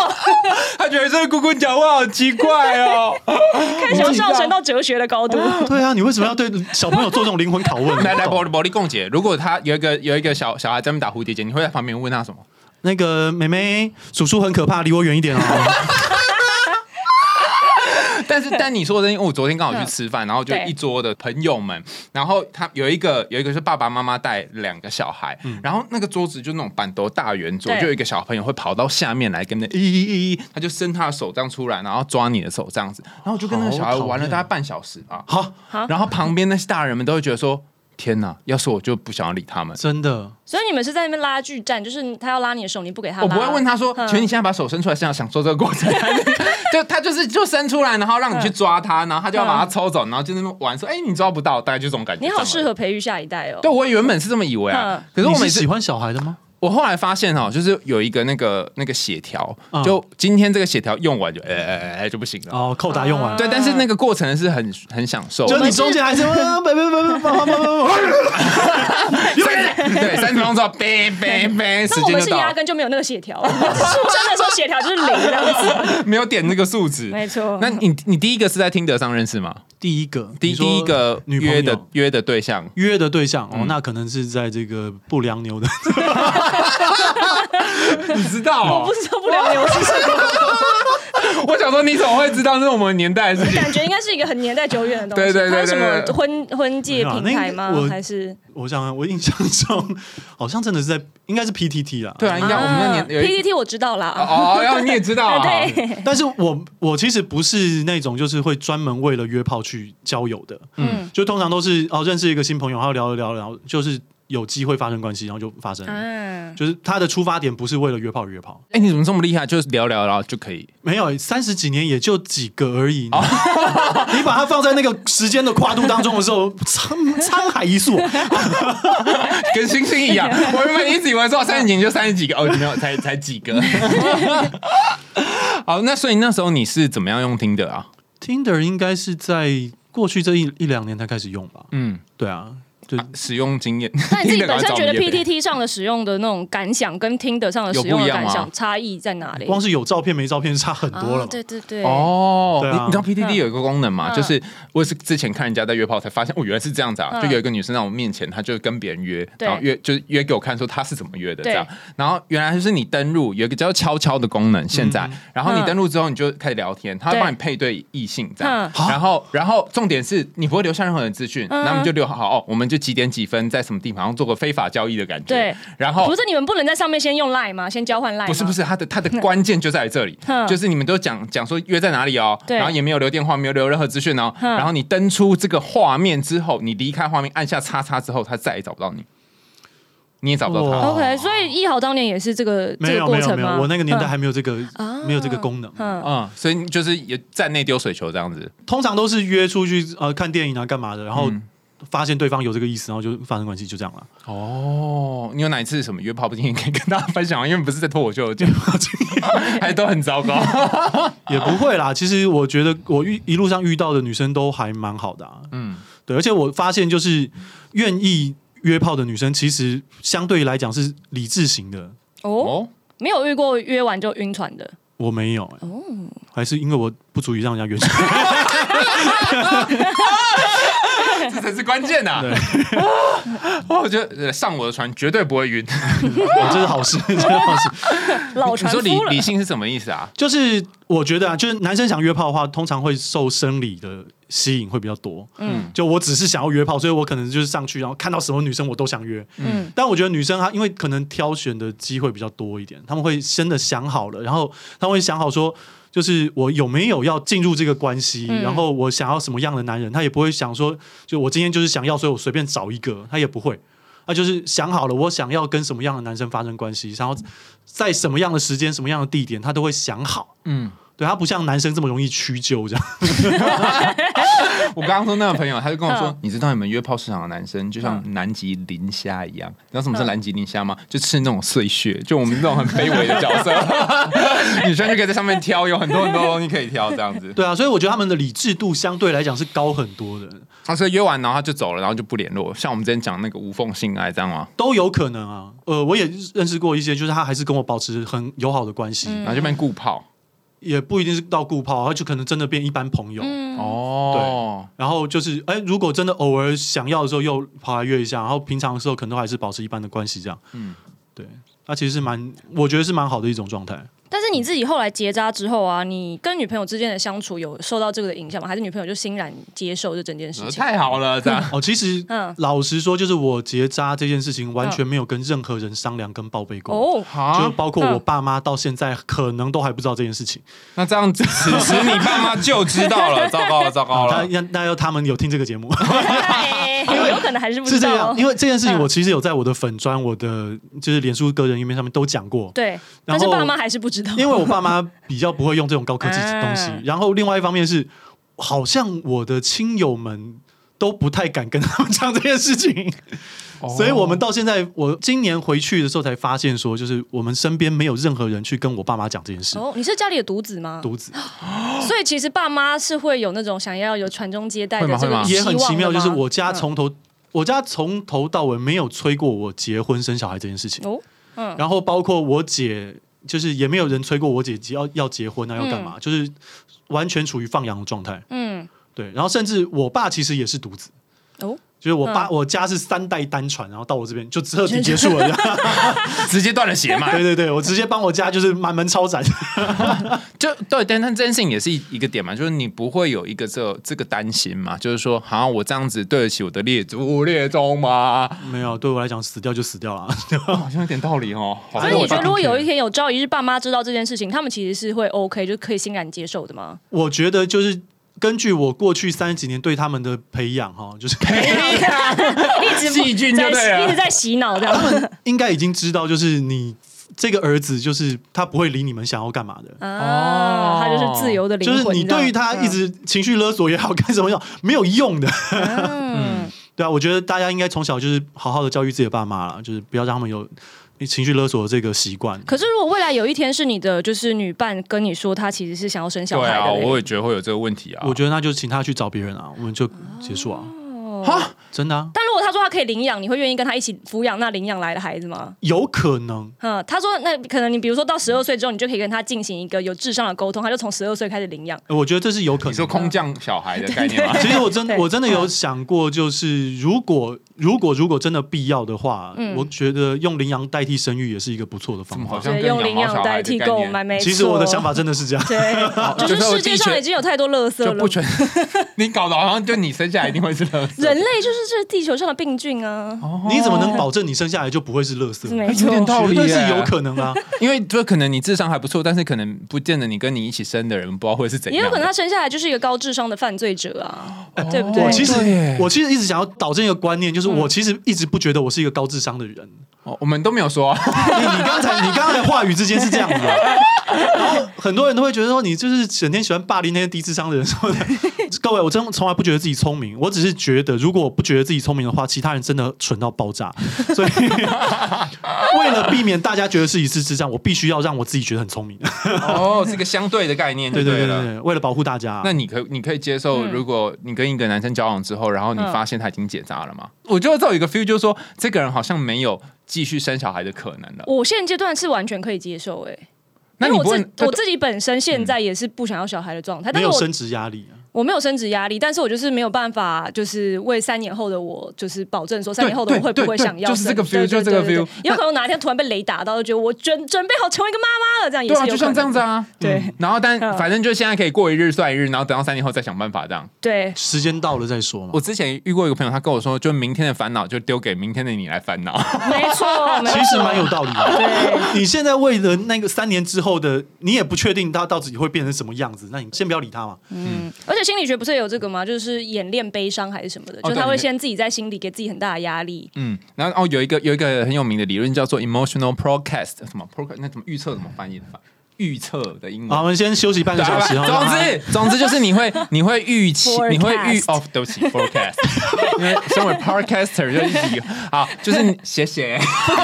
Speaker 2: 他觉得这个姑姑讲话好奇怪哦。
Speaker 4: 开始要上升到哲学的高度。
Speaker 3: 对啊，你为什么要对小朋友做这种灵魂拷问？
Speaker 2: 来来，
Speaker 3: 我不
Speaker 2: 保
Speaker 3: 懂
Speaker 2: 保利共姐，如果他有一个有一个小小孩在那边打蝴蝶结，你会在旁边问他什么？
Speaker 3: 那个妹妹，叔叔很可怕，离我远一点哦。
Speaker 2: 但是，但你说的，因为我昨天刚好去吃
Speaker 3: 嗯
Speaker 2: 饭，然后就
Speaker 4: 对
Speaker 2: 一桌的朋友们，然后他有一个有一个是爸爸妈妈带两个小孩，然后那个桌子就那种板凳大圆桌，
Speaker 4: 对
Speaker 2: 就有一个小朋友会跑到下面来跟那咦咦咦，他就伸他的手这样出来，然后抓你的手这样子，然后我就跟那个小孩
Speaker 3: 好讨厌
Speaker 2: 玩了大概半小时啊，
Speaker 3: 好，
Speaker 2: 然后旁边那些大人们都会觉得说。天呐！要是我就不想要理他们，
Speaker 3: 真的，
Speaker 4: 所以你们是在那边拉锯战，就是他要拉你的手，你不给他拉。
Speaker 2: 我不会问他说：“
Speaker 4: 嗯
Speaker 2: 请问你现在把手伸出来，是要享受这个过 程？”就他就是就伸出来，然后让你去抓
Speaker 4: 嗯
Speaker 2: 他，然后他就要把他抽走，然后就那么玩说：“哎，你抓不到，大概就这种感觉。”
Speaker 4: 你好适。合培育下一代哦。
Speaker 2: 对，我原本是这么以为啊
Speaker 4: 嗯，
Speaker 2: 可是我
Speaker 3: 你
Speaker 2: 每
Speaker 3: 是
Speaker 2: 次
Speaker 3: 喜欢小孩的吗？
Speaker 2: 我后来发现哦，就是有一个那个那个血条
Speaker 3: 嗯，
Speaker 2: 就今天这个血条用完就哎哎哎哎就不行了。
Speaker 3: 哦，扣打用完，
Speaker 2: 对，但是那个过程是很很享受的。
Speaker 3: 就你中间还是啊别别别别别
Speaker 2: 对，三十分钟之 后，哔哔哔，时
Speaker 4: 那我
Speaker 2: 间
Speaker 4: 们
Speaker 2: 就是到
Speaker 4: 压
Speaker 2: 了，
Speaker 4: 根就没有那个协 调，出生的时候协调就是零这 样子。
Speaker 2: 没有点那个数值。
Speaker 4: 没错
Speaker 2: 那你你第一个是在听得上认识吗？
Speaker 3: 第一个，
Speaker 2: 第
Speaker 3: 你说
Speaker 2: 第一个
Speaker 3: 女朋友
Speaker 2: 约的约的对象
Speaker 3: 约的对象哦，那可能是在这个不良牛的，
Speaker 2: 你知道、哦
Speaker 4: 我 不受不了流失，
Speaker 2: 我想说，你怎么会知道这是我们年代的事情？
Speaker 4: 感觉应该是一个很年代久远的东
Speaker 2: 对
Speaker 4: 西。
Speaker 2: 对对
Speaker 4: 它是什
Speaker 2: 对
Speaker 4: 么
Speaker 2: 对
Speaker 4: 婚婚介平
Speaker 3: 没
Speaker 4: 台
Speaker 3: 有啊那个
Speaker 4: 吗
Speaker 3: 我？
Speaker 4: 还是
Speaker 3: 我想想我印象中好像真的是在应该是 PTT 啦，
Speaker 2: 对啊，应该我们那
Speaker 4: 啊
Speaker 2: 年有一
Speaker 4: PPT 我知道啦。
Speaker 2: 哦，哦要你也知道、啊，
Speaker 4: 啊 对，
Speaker 3: 但是我我其实不是那种就是会专门为了约炮去交友的，
Speaker 4: 嗯
Speaker 3: 就通常都是哦认识一个新朋友，然后聊一聊，然后就是有机会发生关系，然后就发
Speaker 2: 哦
Speaker 3: 生了。
Speaker 2: 啊
Speaker 4: 嗯，
Speaker 3: 就是他的出发点不是为了约炮而约炮，
Speaker 2: 哎、你怎么这么厉害？就是聊聊然后就可以。
Speaker 3: 没有三十几年也就几个而已。你把它放在那个时间的跨度当中的时候， 沧沧海一 粟。
Speaker 2: 跟星星 一样，我原本一直以为说三十几就三十几个，哦，没有，才才几个。 好，那所以那时候你是怎么样用听的啊？
Speaker 3: Tinder 应该是在过去这一一两年才开始用吧？
Speaker 2: 嗯，
Speaker 3: 对啊，就
Speaker 2: 使用经验。
Speaker 4: 那你自己
Speaker 2: Tinder
Speaker 4: 本身觉得
Speaker 2: 搞得这么严
Speaker 4: PTT 上的使用的那种感想，跟听得上的使用
Speaker 2: 有不
Speaker 4: 的感
Speaker 2: 一样吗
Speaker 4: 想差异在哪里？
Speaker 3: 光是有照片没照片差很多了
Speaker 4: 啊
Speaker 3: 嘛。
Speaker 4: 对对对，
Speaker 2: 哦，
Speaker 3: 对啊
Speaker 2: 你你知道 PDD 有一个功能嘛？
Speaker 4: 嗯
Speaker 2: 就是我也是之前看人家在约炮才发现，哦，原来是这样子啊！
Speaker 4: 嗯
Speaker 2: 就有一个女生在我面前，她就跟别人约，
Speaker 4: 对
Speaker 2: 然后约就是约给我看说她是怎么约的这
Speaker 4: 对
Speaker 2: 样。然后原来就是你登录有一个叫悄悄的功能，现
Speaker 3: 嗯
Speaker 2: 在，然后你登录之后你就开始聊天，她会
Speaker 4: 对
Speaker 2: 帮你配对异性这样。
Speaker 3: 嗯
Speaker 2: 然后，然后重点是你不会留下任何的资讯，
Speaker 4: 嗯
Speaker 2: 那我们就留好好哦，我们就几点几分在什么地方好像做个非法交易的感觉。
Speaker 4: 对，
Speaker 2: 然后
Speaker 4: 不是你们不能在上面先用 Line 吗？先交换 Line？
Speaker 2: 不是不，是，它的它的关键就在这里，
Speaker 4: 哼
Speaker 2: 就是你们都讲讲说约在哪里哦，
Speaker 4: 对
Speaker 2: 然后也没有留电话，没有留任何资讯哦，
Speaker 4: 哼
Speaker 2: 然后你登出这个画面之后，你离开画面按下叉叉之后，他再也找不到你，你也找不到他。
Speaker 3: 哇
Speaker 4: OK，所以一豪当年也是这个
Speaker 3: 哦没
Speaker 4: 这个
Speaker 3: 有
Speaker 4: 过
Speaker 3: 没有
Speaker 4: 程
Speaker 3: 没有
Speaker 4: 吗？，
Speaker 3: 我那个年代
Speaker 4: 嗯
Speaker 3: 还没有这个
Speaker 4: 啊
Speaker 3: 没有这个功能。
Speaker 4: 嗯，
Speaker 2: 嗯，所以就是也站内丢水球这样子，
Speaker 3: 通常都是约出去呃看电影啊干嘛的，然后发现对方有这个意思，然后就发生关系，就这样了。
Speaker 2: 哦，你有哪一次什么约炮不经验可以跟大家分享吗？因为不是在脱口秀的节 目，还都很糟糕。
Speaker 3: 也不会啦，其实我觉得我遇一路上遇到的女生都还蛮好的、啊，
Speaker 2: 嗯
Speaker 3: 对，而且我发现就是愿意约炮的女生，其实相对来讲是理智型的。
Speaker 4: 哦，
Speaker 2: 哦，
Speaker 4: 没有遇过约完就晕船的，
Speaker 3: 我没有、
Speaker 4: 哦
Speaker 3: 欸还是因为我不足以让人家约。
Speaker 2: 哦这才是关键呐、啊！ 哦，我觉得呃上我的船绝对不会晕。
Speaker 3: 哇，这是好事， 这是好事。
Speaker 4: 老
Speaker 2: 你
Speaker 4: 船
Speaker 2: 说理
Speaker 4: 夫了
Speaker 2: 理。性是什么意思啊？
Speaker 3: 就是我觉得啊，就是男生想约炮的话，通常会受生理的吸引会比较多。
Speaker 4: 嗯
Speaker 3: 嗯，就我只是想要约炮，所以我可能就是上去，然后看到什么女生我都想约。
Speaker 4: 嗯
Speaker 3: 嗯，但我觉得女生她因为可能挑选的机会比较多一点，他们会真的想好了，然后他会想好说。就是我有没有要进入这个关系，
Speaker 4: 嗯
Speaker 3: 然后我想要什么样的男人，他也不会想说，就我今天就是想要，所以我随便找一个，他也不会，他就是想好了我想要跟什么样的男生发生关系，然后在什么样的时间、什么样的地点，他都会想好。
Speaker 2: 嗯，
Speaker 3: 对他不像男生这么容易屈就这样。
Speaker 2: 我刚刚说那个朋友，他就跟我说
Speaker 4: 嗯，
Speaker 2: 你知道你们约炮市场的男生就像南极磷虾一样，你知道什
Speaker 4: 嗯
Speaker 2: 么是南极磷虾吗？就吃那种碎屑，就我们这种很卑微的角 色，女生就可以在上面挑，有很多很多东西可以挑，这样子。
Speaker 3: 对啊，所以我觉得他们的理智度相对来讲是高很多的，
Speaker 2: 他说约完，然后他就走了，然后就不联络。像我们之前讲那个无缝性爱，这样吗？
Speaker 3: 都有可能啊。呃，我也认识过一些，就是他还是跟我保持很友好的关系，
Speaker 4: 嗯
Speaker 2: 然后就变顾炮。
Speaker 3: 也不一定是到顾炮，他就可能真的变一般朋友。
Speaker 4: 嗯，
Speaker 2: 哦，
Speaker 3: 然后就是，哎，如果真的偶尔想要的时候又跑来约一下，然后平常的时候可能都还是保持一般的关系这样。
Speaker 2: 嗯
Speaker 3: 嗯，对，那其实是蛮，我觉得是蛮好的一种状态。
Speaker 4: 但是你自己后来结扎之后啊，你跟女朋友之间的相处有受到这个的影响吗？还是女朋友就欣然接受这整件事
Speaker 2: 呃
Speaker 4: 情？
Speaker 2: 太好了，这样。
Speaker 3: 哦，其实
Speaker 4: 嗯，
Speaker 3: 老实说，就是我结扎这件事情完全没有跟任何人商量跟报备过。
Speaker 4: 哦，
Speaker 2: 好
Speaker 3: 就，包括
Speaker 4: 嗯
Speaker 3: 我爸妈到现在可能都还不知道这件事情。
Speaker 2: 那这样子，此时你爸妈就知 道了，糟糕了，糟糕
Speaker 3: 那
Speaker 2: 了。
Speaker 3: 那那要他们有听这个 节目
Speaker 4: 哎 有可能还是不
Speaker 3: 是
Speaker 4: 知
Speaker 3: 这
Speaker 4: 道
Speaker 3: 样，
Speaker 4: 哦。
Speaker 3: 因为这件事情
Speaker 4: 嗯
Speaker 3: 我其实有在我的粉砖、我的就是脸书个人页面上面都讲 过。
Speaker 4: 对，但
Speaker 3: 然
Speaker 4: 是
Speaker 3: 后
Speaker 4: 爸妈还是不知道。
Speaker 3: 因为我爸妈比较不会用这种高科技
Speaker 4: 啊
Speaker 3: 东西，然后另外一方面是，好像我的亲友们都不太敢跟他们讲这件事情，
Speaker 2: 哦
Speaker 3: 所以我们到现在，我今年回去的时候才发现说，就是我们身边没有任何人去跟我爸妈讲这件事。
Speaker 4: 哦，你啊是家里的独子吗？
Speaker 3: 独子
Speaker 4: 所以其实爸妈是会有那种想要有传宗接代的
Speaker 2: 会吗
Speaker 4: 这
Speaker 2: 会
Speaker 4: 个
Speaker 2: 吗
Speaker 4: 希
Speaker 3: 也
Speaker 4: 望的
Speaker 3: 很
Speaker 4: 吗
Speaker 3: 奇妙，就是我家
Speaker 4: 嗯
Speaker 3: 从头，我家从头到尾没有催过我结婚生小孩这件事情。
Speaker 4: 哦，嗯
Speaker 3: 然后包括我姐，就是也没有人催过我姐姐要要结婚啊，要干嘛，就是完全处于放养的状态。
Speaker 4: 嗯
Speaker 3: 对，然后甚至我爸其实也是独子，
Speaker 4: 哦，
Speaker 3: 就是我爸、
Speaker 4: 嗯
Speaker 3: 我家是三代单传，然后到我这边就彻底结束了。
Speaker 2: 哦直接断了血脉。
Speaker 3: 对对对，我直接帮我家就是满门抄斩。
Speaker 2: 就对，但但这件事情也是一一个点嘛，就是你不会有一个这这个担心嘛，就是说，好像我这样子对得起我的列祖列宗吗？
Speaker 3: 没有，对我来讲死掉就死掉了。
Speaker 2: 好像有点道理哦。好
Speaker 4: 所
Speaker 2: 像
Speaker 4: 啊以你
Speaker 2: 我
Speaker 4: 觉得
Speaker 2: 爸
Speaker 4: 如果有一天有朝一日爸妈知道这件事情，他们其实是会 OK，就可以欣然接受 的吗？
Speaker 3: 我觉得就是根据我过去三十几年对他们的培养哈， 就是
Speaker 4: 一直
Speaker 2: 细菌就
Speaker 4: 在
Speaker 2: 对了
Speaker 4: 一直在洗脑这样。
Speaker 3: 应该已经知道，就是你这个儿子就是他不会理你们想要干嘛的。
Speaker 4: 啊，他就是自由的嗯灵
Speaker 3: 就
Speaker 4: 魂。
Speaker 3: 是你
Speaker 4: 知道吗
Speaker 3: 对于他一，直情绪勒索也好，干什么也好，没有用的。
Speaker 4: 嗯，
Speaker 3: 对啊，我觉得大家应该从小就是好好的教育自己的爸妈了，就是不要让他们有情绪勒索的这个习惯。
Speaker 4: 可是如果未来有一天是你的就是女伴跟你说她其实是想要生小
Speaker 2: 对
Speaker 4: 孩的嘞，
Speaker 2: 啊，我也觉得会有这个问题
Speaker 4: 哦
Speaker 2: 啊。
Speaker 3: 我觉得那就请他去找别人啊，我们就结束啊。
Speaker 4: 哦
Speaker 2: 哈，
Speaker 3: 真的、啊，
Speaker 4: 但如果她说她可以领养，你会愿意跟她一起抚养那领养来的孩子吗？
Speaker 3: 有可能。
Speaker 4: 嗯，她说那可能你比如说到十二岁之后，你就可以跟她进行一个有智商的沟通，她就从十二岁开始领养。
Speaker 3: 呃我觉得这是有可
Speaker 2: 你说
Speaker 3: 能的。
Speaker 2: 空降小孩的概念吗？
Speaker 3: 其实我真
Speaker 4: 对嗯
Speaker 3: 我真的有想过，就是如果如果如果真的必要的话，
Speaker 4: 嗯
Speaker 3: 我觉得用领养代替生育也是一个不错的
Speaker 2: 怎
Speaker 3: 方
Speaker 2: 么好
Speaker 3: 法。
Speaker 2: 像
Speaker 4: 对，
Speaker 2: 跟
Speaker 4: 用领
Speaker 2: 养猫
Speaker 4: 养
Speaker 2: 小孩
Speaker 4: 代
Speaker 2: 的
Speaker 4: 替
Speaker 2: 概
Speaker 4: 购
Speaker 2: 念？
Speaker 4: 买，没错。
Speaker 3: 其实我的想法真的是这样，
Speaker 4: 对，就是世界上已经有太多垃圾
Speaker 2: 就
Speaker 4: 了
Speaker 2: 不。全，你搞得好像就你生下来一定会是垃圾
Speaker 4: 人类就是这地球上的病菌啊，
Speaker 3: 你怎么能保证你生下来就不会是垃圾
Speaker 4: 是？没
Speaker 2: 哦有
Speaker 4: 错。
Speaker 2: 点道理
Speaker 3: 绝对
Speaker 2: 耶
Speaker 3: 是有可能啊。
Speaker 2: 因为就可能你智商还不错，但是可能不见得你跟你一起生的人不知道会是怎
Speaker 4: 也
Speaker 2: 样的。
Speaker 4: 有可能他生下来就是一个高智商的犯罪者啊，
Speaker 3: 哎
Speaker 4: 对不
Speaker 2: 哦
Speaker 4: 对？
Speaker 3: 我其实
Speaker 2: 对耶嗯
Speaker 3: 我其实一直想要导正一个观念，就是我其实一直不觉得我是一个高智商的人，
Speaker 2: 哦我们都没有说、啊，
Speaker 3: 你你刚才你刚才的话语之间是这样子的， 然后很多人都会觉得说你就是整天喜欢霸凌那些低智商的人什么的。各位，我真从来不觉得自己聪明，我只是觉得如果我不觉得自己聪明的话，其他人真的蠢到爆炸。所以为了避免大家觉得自己是智障，我必须要让我自己觉得很聪明。
Speaker 2: 哦，是一个相对的概念，
Speaker 3: 对
Speaker 2: 对
Speaker 3: 对对
Speaker 2: 了。
Speaker 3: 对，对为了保护大家。
Speaker 2: 那你可你可以接受，
Speaker 4: 嗯
Speaker 2: 如果你跟一个男生交往之后，然后你
Speaker 4: 嗯
Speaker 2: 发现他已经结扎了吗？我就有一个 feel，就是说这个人好像没有继续生小孩的可能了。
Speaker 4: 我现阶段是完全可以接受哎、
Speaker 2: 那
Speaker 4: 因
Speaker 2: 你
Speaker 4: 为
Speaker 2: 不
Speaker 4: 我
Speaker 2: 会
Speaker 4: 自我自己本身
Speaker 2: 嗯
Speaker 4: 现在也是不想要小孩的状态，
Speaker 3: 没
Speaker 4: 但是
Speaker 3: 有
Speaker 4: 我
Speaker 3: 升职压力啊，
Speaker 4: 我没有升职压力，但是我就是没有办法，就是为三年后的我，就是保证说三年后的我会
Speaker 2: 对对
Speaker 4: 不会想要
Speaker 2: 对就是这个
Speaker 4: 生
Speaker 2: feel，
Speaker 4: 对对
Speaker 2: 就是这个
Speaker 4: 对对
Speaker 2: feel
Speaker 4: 对有可能哪一天突然被雷打到，就觉得我准准备好成为一个妈妈了，这样也
Speaker 2: 对
Speaker 4: 是
Speaker 2: 啊，
Speaker 4: 有
Speaker 2: 就
Speaker 4: 可能
Speaker 2: 像这样子
Speaker 4: 的。
Speaker 2: 啊。
Speaker 4: 对
Speaker 2: 然后但
Speaker 4: 嗯
Speaker 2: 反正就现在可以过一日算一日，然后等到三年后再想办法这样。
Speaker 4: 对，
Speaker 3: 时间到了再说嘛
Speaker 2: 我。之前遇过一个朋友，他跟我说，就明天的烦恼就丢给明天的你来烦恼。
Speaker 4: 没错，没错
Speaker 3: 其实蛮有道理的。
Speaker 4: 对
Speaker 3: 你现在为了那个三年之后的，你也不确定他到底会变成什么样子，那你先不要理他嘛。
Speaker 4: 嗯，而且心理学不是也有这个吗？就是演练悲伤还是什么的，
Speaker 2: 哦
Speaker 4: 就他
Speaker 2: 对
Speaker 4: 会
Speaker 2: 你
Speaker 4: 先自己在心里给自己很大的压力。
Speaker 2: 嗯，然后哦，有一个有一个很有名的理论叫做 emotional forecast，什么 forecast 那怎么预测怎么翻译的？预测的英文。
Speaker 3: 好，我们先休息半个小时。
Speaker 2: 对
Speaker 3: 好
Speaker 2: 吧
Speaker 3: 吗
Speaker 2: 总之，总之就是你会， 你会预期，
Speaker 4: Forecast
Speaker 2: 你会预哦，对不起，forecast，因 为身为 podcaster 就一起好，就是你谢谢，
Speaker 4: 不客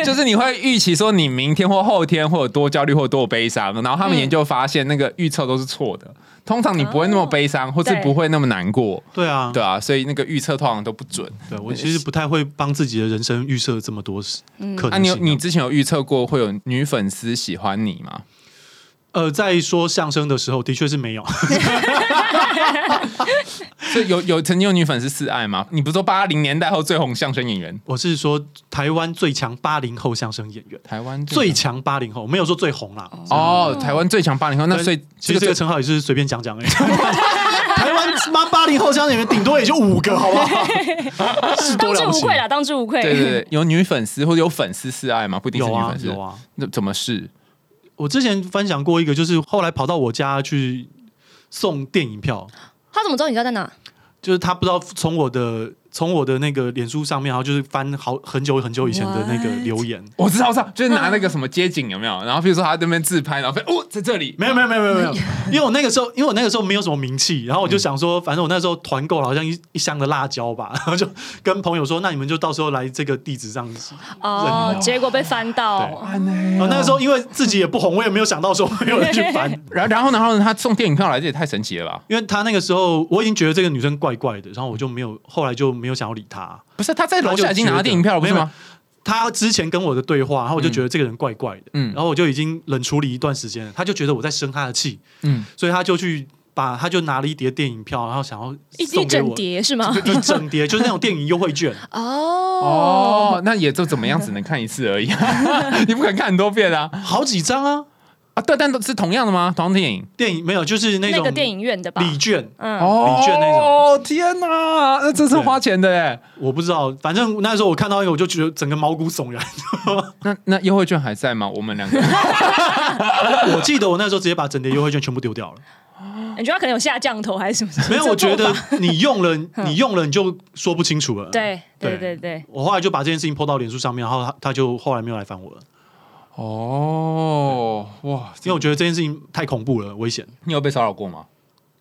Speaker 2: 就是你会预期说你明天或后天会有多焦虑或多悲伤，然后他们研究发现那个预测都是错的，通常你不会那么悲伤，或是
Speaker 4: 哦对
Speaker 2: 不会那么难过，
Speaker 3: 对啊，
Speaker 2: 对啊，所以那个预测通常都不准。
Speaker 3: 对我其实不太会帮自己的人生预设这么多事可
Speaker 2: 啊，
Speaker 3: 能
Speaker 2: 你有
Speaker 3: 性啊。
Speaker 2: 你之前有预测过会有女粉丝喜欢你吗？
Speaker 3: 呃，在说相声的时候，的确是没有。
Speaker 2: 所以有有曾经有女粉丝示爱吗？你不是说八零年代后最红相声演员，
Speaker 3: 我是说台湾最强八零后相声演员，
Speaker 2: 台湾
Speaker 3: 最强八零后，没有说最红啦。
Speaker 2: 哦，台湾最强八零后，那所以
Speaker 3: 其实
Speaker 2: 这个
Speaker 3: 这个
Speaker 2: 最
Speaker 3: 称号也是随便讲 讲而已。台湾妈八零后相声演员顶多也就五个，好不 好？是多
Speaker 4: 当之
Speaker 3: 了不
Speaker 4: 无
Speaker 3: 起。
Speaker 2: 啊
Speaker 4: 愧啦，当之无愧。
Speaker 2: 对对对，有女粉丝或者有粉丝示爱吗？不一定是
Speaker 3: 有
Speaker 2: 女
Speaker 3: 啊
Speaker 2: 粉丝，
Speaker 3: 有啊，
Speaker 2: 那怎么是？
Speaker 3: 我之前分享过一个，就是后来跑到我家去送电影票，
Speaker 4: 他怎么知道你家在哪？
Speaker 3: 就是他不知道从我的从我的那个脸书上面，然后就是翻好很久很久以前的那个
Speaker 4: What？
Speaker 3: 留言。
Speaker 2: 我知道，我知道，就是拿那个什么街景有没有？然后比如说他这边自拍，然后发现哦，在这里
Speaker 3: 没有没有没有没有没有，因为我那个时候，因为我那个时候没有什么名气，然后我就想说，反正我那时候团购了好像一一箱的辣椒吧，然 后就跟朋友说，那你们就到时候来这个地址上。
Speaker 4: 哦，结果被翻到
Speaker 3: 对。
Speaker 2: 啊呢
Speaker 3: 然后那个时候因为自己也不红，我也没有想到说会有人去翻，
Speaker 2: 然然后然后呢，他送电影票来，这也太神奇了吧？
Speaker 3: 因为他那个时候我已经觉得这个女生怪怪的，然后我就没有后来就没有想要理她。
Speaker 2: 不是他在楼下已经拿
Speaker 3: 他就觉
Speaker 2: 到
Speaker 3: 得
Speaker 2: 电影票了，不是
Speaker 3: 没有
Speaker 2: 吗？
Speaker 3: 他之前跟我的对话，然后我就觉得这个人怪怪的，
Speaker 2: 嗯
Speaker 3: 然后我就已经冷处理一段时间了，他就觉得我在生他的气，
Speaker 2: 嗯，
Speaker 3: 所以他就去把他就拿了一叠电影票，然后想要
Speaker 4: 一一
Speaker 3: 送给
Speaker 4: 整
Speaker 3: 我
Speaker 4: 叠是吗？
Speaker 3: 就一整叠，就是那种电影优惠券，
Speaker 4: 哦
Speaker 2: 哦，那也就怎么样，只能看一次而已，啊 你不可能看很多遍啊
Speaker 3: 好几张啊，
Speaker 2: 啊！对，但都是同样的吗？同样的电影
Speaker 3: 电影没有，就是那
Speaker 4: 那
Speaker 3: 种
Speaker 4: 个电影院的吧？
Speaker 3: 礼券，
Speaker 4: 嗯，
Speaker 3: 啊
Speaker 2: 哦
Speaker 3: 礼券那种
Speaker 2: 哦，天哪，那真是花钱的哎！
Speaker 3: 我不知道，反正那时候我看到那个，我就觉得整个毛骨悚然。
Speaker 2: 那那优惠券还在吗？我们两个
Speaker 3: 我记得我那时候直接把整叠优惠券全部丢掉了，
Speaker 4: 你觉得他可能有下降头还是什么？
Speaker 3: 没有，我觉
Speaker 4: 这做
Speaker 3: 得
Speaker 4: 法
Speaker 3: 你用了，你用了你就说不清楚了。，
Speaker 4: 对对
Speaker 3: 对
Speaker 4: 对对，
Speaker 3: 我后来就把这件事情抛到脸书上面，然后他他就后来没有来烦我了。
Speaker 2: 哦，哇，
Speaker 3: 因为我觉得这件事情太恐怖了，危险
Speaker 2: 你有被骚扰过吗？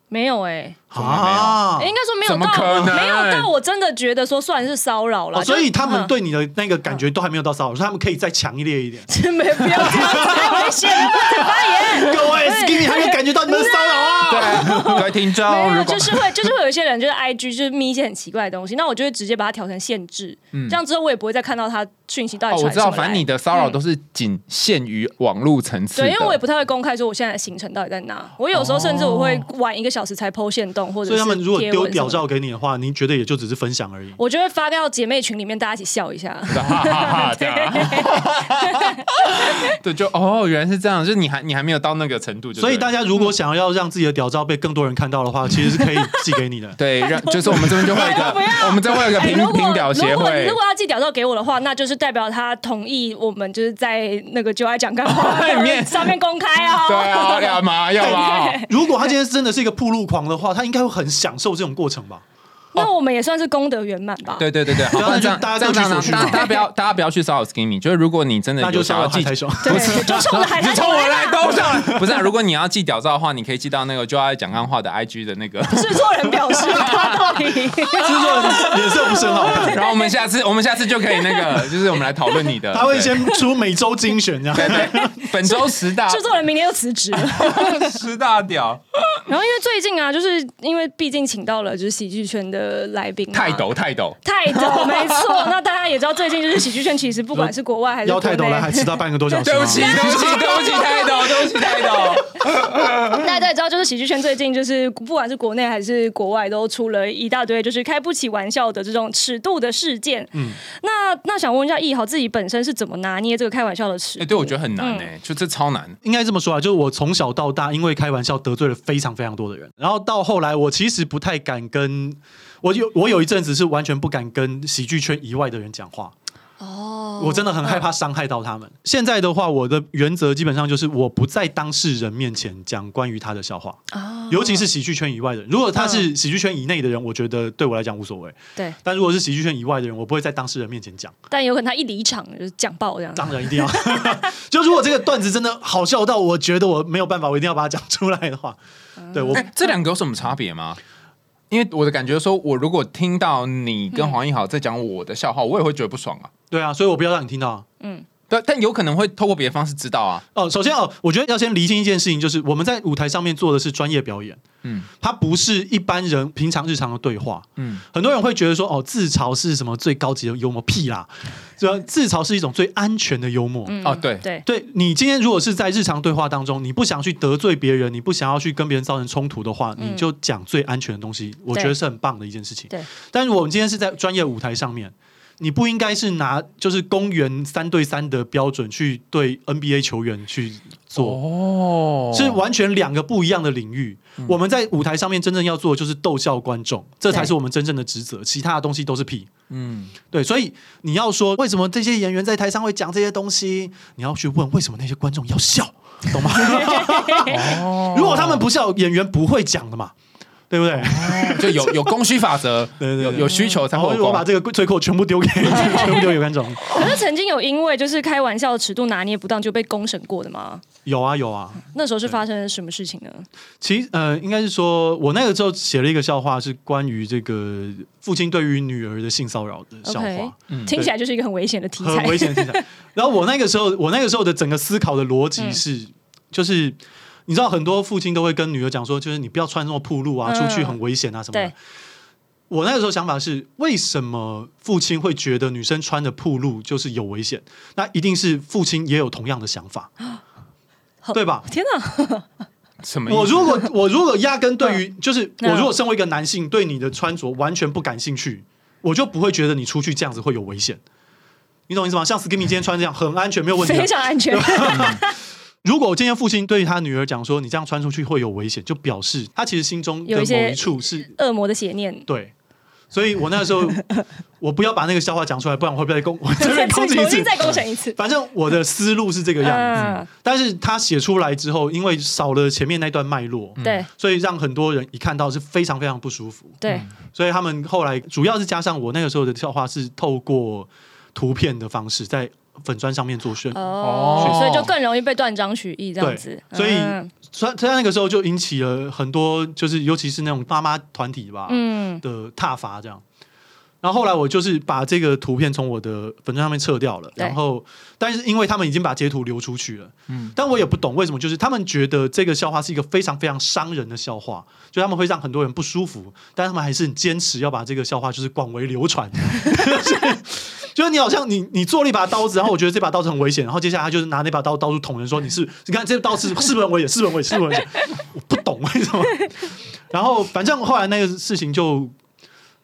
Speaker 4: 没有哎，
Speaker 2: 怎么没
Speaker 3: 哦
Speaker 4: 应该说没
Speaker 2: 啊怎
Speaker 4: 有
Speaker 2: 么可
Speaker 4: 到，
Speaker 2: 能
Speaker 4: 没有到，我真的觉得说算是骚扰了
Speaker 3: 哦，。所
Speaker 4: 就
Speaker 3: 以他们
Speaker 4: 嗯。
Speaker 3: 对你的那个感觉都还没有到骚扰，所以他们可以再强烈一点
Speaker 4: 真没必要这样子，哎太危险了，不准发 言。
Speaker 3: 各位 Skinny 还没有感觉到你们的骚扰啊？
Speaker 2: 对，各位听众，
Speaker 4: 没有，
Speaker 2: 如果
Speaker 4: 就是会，就是会有一些人就是 I G 就是咪一些很奇怪的东西，那我就会直接把它调成限制，这样之后我也不会再看到他讯息到
Speaker 2: 嗯哦
Speaker 4: 底，
Speaker 2: 我
Speaker 4: 传
Speaker 2: 知
Speaker 4: 什么来。
Speaker 2: 道，
Speaker 4: 嗯
Speaker 2: 反正你的骚扰都是仅限于网络层次的。
Speaker 4: 对，因为我 也不太会公开说我现在的行程到底在哪，我有时候甚至我会晚一个小时才剖线动，或者
Speaker 3: 哦所以他们如果
Speaker 4: 是贴
Speaker 3: 丢
Speaker 4: 文什
Speaker 3: 屌
Speaker 4: 么的
Speaker 3: 照给你的话，您觉得也就只是分享而已。
Speaker 4: 我就会发到姐妹群里面，大家一起笑 一下。
Speaker 2: 哈哈哈，这样啊。 对，就哦，原来是这样，就是你还你还没有到那个程度就对了，。
Speaker 3: 所以大家如果想要让自己的屌照被更多人看到的话，其实是可以寄给你的
Speaker 2: 对，让就是我们这边就会有一
Speaker 4: 不要
Speaker 2: 个，我们这边会有一个
Speaker 4: 哎如
Speaker 2: 评
Speaker 4: 果
Speaker 2: 评屌协
Speaker 4: 如果
Speaker 2: 会
Speaker 4: 如。果要寄屌照给我的话，那就是代表他同意我们就是在那个就爱讲干 话
Speaker 3: 哎
Speaker 2: 外面
Speaker 4: 上面公开哦。
Speaker 2: 对 啊，要嘛要嘛，
Speaker 3: 如果他今天真的是一个铺路狂的话，他应该会很享受这种过程吧？
Speaker 4: 那我们也算是功德圆满吧。
Speaker 2: 对对对对，
Speaker 3: 大
Speaker 2: 好，
Speaker 3: 家
Speaker 2: 那
Speaker 3: 就
Speaker 2: 这样
Speaker 3: 大家
Speaker 2: 这样
Speaker 3: 各
Speaker 2: 这
Speaker 3: 取所
Speaker 2: 样，
Speaker 3: 需
Speaker 2: 大
Speaker 3: 嘛
Speaker 2: 家大家不要大家不要去骚扰 Skimmy，就是如果你真的
Speaker 3: 那
Speaker 2: 有
Speaker 3: 就
Speaker 2: 想要
Speaker 3: 烧
Speaker 2: 寄
Speaker 3: 太 凶。
Speaker 4: 对，就冲 着海
Speaker 2: 你
Speaker 4: 苔
Speaker 2: 冲
Speaker 4: 头
Speaker 2: 我
Speaker 4: 来
Speaker 2: 来
Speaker 4: 啦，
Speaker 2: 勾上来， 不是、啊？如果你要寄屌照的话，你可以寄到那个就爱讲干话的 IG 的那个。
Speaker 4: 制作人表示他到底
Speaker 3: 制作人脸色不是很好 看，
Speaker 2: 然后我们下次，我们下次就可以那个，就是我们来讨论你 的。
Speaker 3: 他会先出每周精选这样。
Speaker 2: 对对对本周十大
Speaker 4: 制作人明天又辞职了。
Speaker 2: 十大屌
Speaker 4: 然后因为最近啊，就是因为毕竟请到了就是喜剧圈的来宾嘛，
Speaker 2: 泰斗泰斗，
Speaker 4: 泰 斗，没错。那大家也知道，最近就是喜剧圈，其实不管是国外还是
Speaker 3: 腰
Speaker 4: 国
Speaker 3: 太
Speaker 4: 内，
Speaker 3: 抖了，还 迟到半个多小时吗。
Speaker 2: 对 不起对不起对不起泰斗，对不起泰斗。
Speaker 4: 大家也知道，就是喜剧圈最近就是不管是国内还是国外，都出了一大堆就是开不起玩笑的这种尺度的事件。嗯，那那想问一下易豪自己本身是怎么拿捏这个开玩笑的尺
Speaker 2: 哎，
Speaker 4: 度？
Speaker 2: 对，我觉得很难哎，就这超难。
Speaker 3: 应该这么说啊，就是我从小到大，因为开玩笑得罪了非常非常多的人，然后到后来，我其实不太敢跟我有我有一阵子是完全不敢跟喜剧圈以外的人讲话。哦，我真的很害怕伤害到他们。现在的话，我的原则基本上就是我不在当事人面前讲关于他的笑话，尤其是喜剧圈以外的人。如果他是喜剧圈以内的人，我觉得对我来讲无所谓；
Speaker 4: 对，
Speaker 3: 但如果是喜剧圈以外的人，我不会在当事人面前讲。
Speaker 4: 但有可能他一离场就是讲爆这样。
Speaker 3: 当然一定要， 就如果这个段子真的好笑到我觉得我没有办法，我一定要把它讲出来的话，
Speaker 4: 嗯
Speaker 3: 对我
Speaker 2: 哎，这两个有什么差别吗？因为我的感觉说，我如果听到你跟黄奕豪在讲我的笑话，我也会觉得不爽啊。
Speaker 3: 对啊，所以我不要让你听到啊。
Speaker 2: 但但有可能会透过别的方式知道啊。
Speaker 3: 哦，首先哦，我觉得要先厘清一件事情，就是我们在舞台上面做的是专业表演，
Speaker 2: 嗯
Speaker 3: 它不是一般人平常日常的对话。
Speaker 2: 嗯，
Speaker 3: 很多人会觉得说，哦，自嘲是什么最高级的幽默？屁啦，这自嘲是一种最安全的幽默。
Speaker 4: 嗯
Speaker 2: 哦对
Speaker 4: 对，
Speaker 3: 啊对你今天如果是在日常对话当中，你不想去得罪别人，你不想要去跟别人造成冲突的话，
Speaker 4: 嗯
Speaker 3: 你就讲最安全的东西，我觉得是很棒的一件事情。
Speaker 4: 对，
Speaker 3: 但是我们今天是在专业舞台上面，你不应该是拿就是公园三对三的标准去对 NBA 球员去做。
Speaker 2: 哦嗯
Speaker 3: 是完全两个不一样的领域。我们在舞台上面真正要做的就是逗笑观众，这才是我们真正的职责，其他的东西都是屁。
Speaker 2: 嗯，
Speaker 3: 对，所以你要说为什么这些演员在台上会讲这些东西，你要去问为什么那些观众要笑，懂吗？
Speaker 2: 哦
Speaker 3: 如果他们不笑，演员不会讲的嘛，对不对？
Speaker 2: 就有有供需法则，
Speaker 3: 对对
Speaker 2: 有
Speaker 3: 对
Speaker 2: 有需求才
Speaker 3: 然
Speaker 2: 会
Speaker 3: 后
Speaker 2: 有
Speaker 3: 我把
Speaker 2: 供。
Speaker 3: 这个罪过全部丢 给全部丢给观众。
Speaker 4: 可是曾经有因为就是开玩笑尺度拿捏不当就被公审过的吗？
Speaker 3: 有啊有啊，
Speaker 4: 那时候是发生了什么事情呢？
Speaker 3: 其呃，应该是说我那个时候写了一个笑话，是关于这个父亲对于女儿的性骚扰的笑话。
Speaker 4: OK 听起来就是一个很危险的题
Speaker 3: 很
Speaker 4: 材。
Speaker 3: 危险的题材。然后我那个时候，我那个时候的整个思考的逻辑
Speaker 4: 嗯
Speaker 3: 是，就是你知道，很多父亲都会跟女儿讲说，就是你不要穿那么暴露啊，
Speaker 4: 嗯
Speaker 3: 出去很危险啊什么的
Speaker 4: 对。
Speaker 3: 我那个时候想法是，为什么父亲会觉得女生穿的暴露就是有危险？那一定是父亲也有同样的想 法，对吧？
Speaker 4: 天哪！
Speaker 2: 什么意思？
Speaker 3: 我 如果我如果压根对于就是我
Speaker 4: 嗯
Speaker 3: 如果身为一个男性对你的穿着完全不感兴趣，我就不会觉得你出去这样子会有危险，你懂我意思吗？像 Skimmy 今天穿这样很安全，没有问题
Speaker 4: 非
Speaker 3: 的。
Speaker 4: 常 安全。
Speaker 3: 如果今天父亲对他女儿讲说你这样穿出去会有危险，就表示他其实心中的
Speaker 4: 有一些
Speaker 3: 某一处是
Speaker 4: 恶魔的邪 念，
Speaker 3: 对。所以我那时候 我不要把那个笑话讲出来，不然我会被攻我这
Speaker 4: 再
Speaker 3: 边攻击一
Speaker 4: 重
Speaker 3: 次
Speaker 4: 新。再公审一次。
Speaker 3: 反正我的思路是这个样子，
Speaker 4: 嗯，
Speaker 3: 但是他写出来之后，因为少了前面那段脉络，
Speaker 4: 对
Speaker 3: 所以让很多人一看到是非常非常不舒服。
Speaker 4: 对，
Speaker 3: 所以他们后来主要是加上我那个时候的笑话是透过图片的方式在粉砖上面做宣
Speaker 4: 哦
Speaker 2: 哦，
Speaker 4: 所以就更容易被断章取义这样子。
Speaker 3: 对所以啊
Speaker 4: 嗯
Speaker 3: 所以在那个时候就引起了很多，就是尤其是那种妈妈团体吧、
Speaker 4: 嗯，
Speaker 3: 的挞伐这样。然后后来我就是把这个图片从我的粉砖上面撤掉了，
Speaker 4: 对
Speaker 3: 然后但是因为他们已经把截图流出去了，嗯，但我也不懂为什么，就是他们觉得这个笑话是一个非常非常伤人的笑话，就他们会让很多人不舒服，但他们还是很坚持要把这个笑话就是广为流 传，就是你好像你你做了一把刀子，然后我觉得这把刀子很危险，然后接下来他就是拿那把刀到处捅人，说你是你看这刀是是不是很危险，是不是很危险，是不是很危险？我不懂为什么。然后反正后来那个事情就，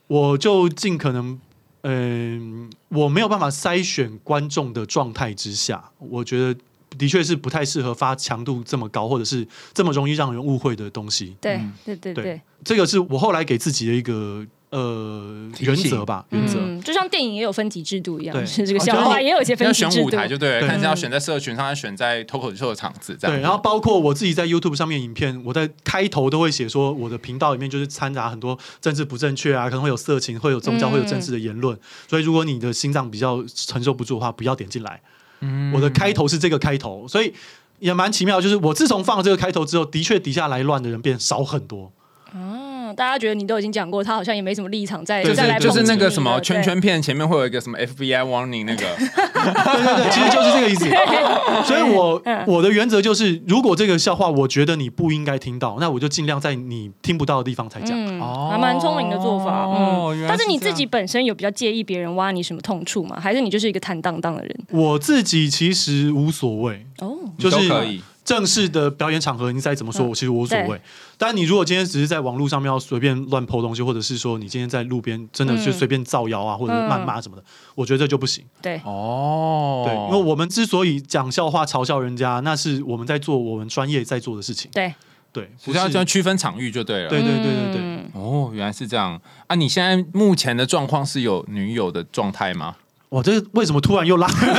Speaker 3: 我就尽可能，嗯、我没有办法筛选观众的状态之下，我觉得的确是不太适合发强度这么高，或者是这么容易让人误会的东西。
Speaker 4: 对对对
Speaker 3: 嗯对
Speaker 4: 对，
Speaker 3: 这个是我后来给自己的一个呃
Speaker 2: 提醒
Speaker 3: 原则吧，原则。
Speaker 4: 嗯，就像电影也有分级制度一样，
Speaker 3: 对
Speaker 4: 是这个
Speaker 2: 哦
Speaker 4: 笑
Speaker 2: 就
Speaker 4: 话
Speaker 2: 是
Speaker 4: 也有一些分
Speaker 2: 要
Speaker 4: 级
Speaker 2: 选
Speaker 4: 制
Speaker 2: 舞
Speaker 4: 度。
Speaker 2: 台就对了，
Speaker 3: 对
Speaker 2: 看是要选在社群上，还是选在脱口秀的场子这样。
Speaker 3: 对，然后包括我自己在 YouTube 上面影片，我在开头都会写说，我的频道里面就是掺杂很多政治不正确啊，可能会有色情，会有宗教，
Speaker 4: 嗯
Speaker 3: 会有政治的言论。所以如果你的心脏比较承受不住的话，不要点进来。我的开头是这个开头，所以也蛮奇妙。就是我自从放了这个开头之后，的确底下来乱的人变少很多。
Speaker 4: 嗯，大家觉得你都已经讲过，他好像也没什么立场再
Speaker 2: 就
Speaker 3: 对
Speaker 4: 再
Speaker 2: 是
Speaker 4: 来
Speaker 2: 就
Speaker 4: 抨击
Speaker 2: 是那
Speaker 4: 你了
Speaker 2: 个什么
Speaker 4: 对
Speaker 2: 圈圈片前面会有一个什么 FBI warning 那个，
Speaker 3: 对对对，其实就是这个意思。所以我
Speaker 4: 嗯
Speaker 3: 我的原则就是，如果这个笑话我觉得你不应该听到，那我就尽量在你听不到的地方才讲。
Speaker 4: 嗯
Speaker 2: 哦
Speaker 4: 还蛮聪明的做法。
Speaker 2: 哦
Speaker 4: 嗯
Speaker 2: 原，来
Speaker 4: 但是
Speaker 2: 是
Speaker 4: 你
Speaker 2: 这
Speaker 4: 自
Speaker 2: 样
Speaker 4: 己本身有比较介意别人挖你什么痛处吗？还是你就是一个坦荡荡的人？
Speaker 3: 我自己其实无所谓，
Speaker 4: 哦，
Speaker 3: 就是
Speaker 2: 都可以。
Speaker 3: 正式的表演场合，你再怎么说，
Speaker 4: 嗯
Speaker 3: 我其实无所
Speaker 4: 对
Speaker 3: 谓。但你如果今天只是在网络上面要随便乱抛东西，或者是说你今天在路边真的就
Speaker 4: 嗯
Speaker 3: 随便造谣啊，或者是谩骂什么的，我觉得这就不行。
Speaker 4: 对，
Speaker 2: 哦，
Speaker 3: 对，因为我们之所以讲笑话、嘲笑人家，那是我们在做我们专业在做的事情。
Speaker 4: 对，
Speaker 3: 对，不
Speaker 2: 只是啊
Speaker 3: 是
Speaker 2: 要要区分场域就对了。
Speaker 3: 对对对对对
Speaker 4: 嗯
Speaker 2: 哦，原来是这样啊！你现在目前的状况是有女友的状态吗？
Speaker 3: 哇，这为什么突然又拉？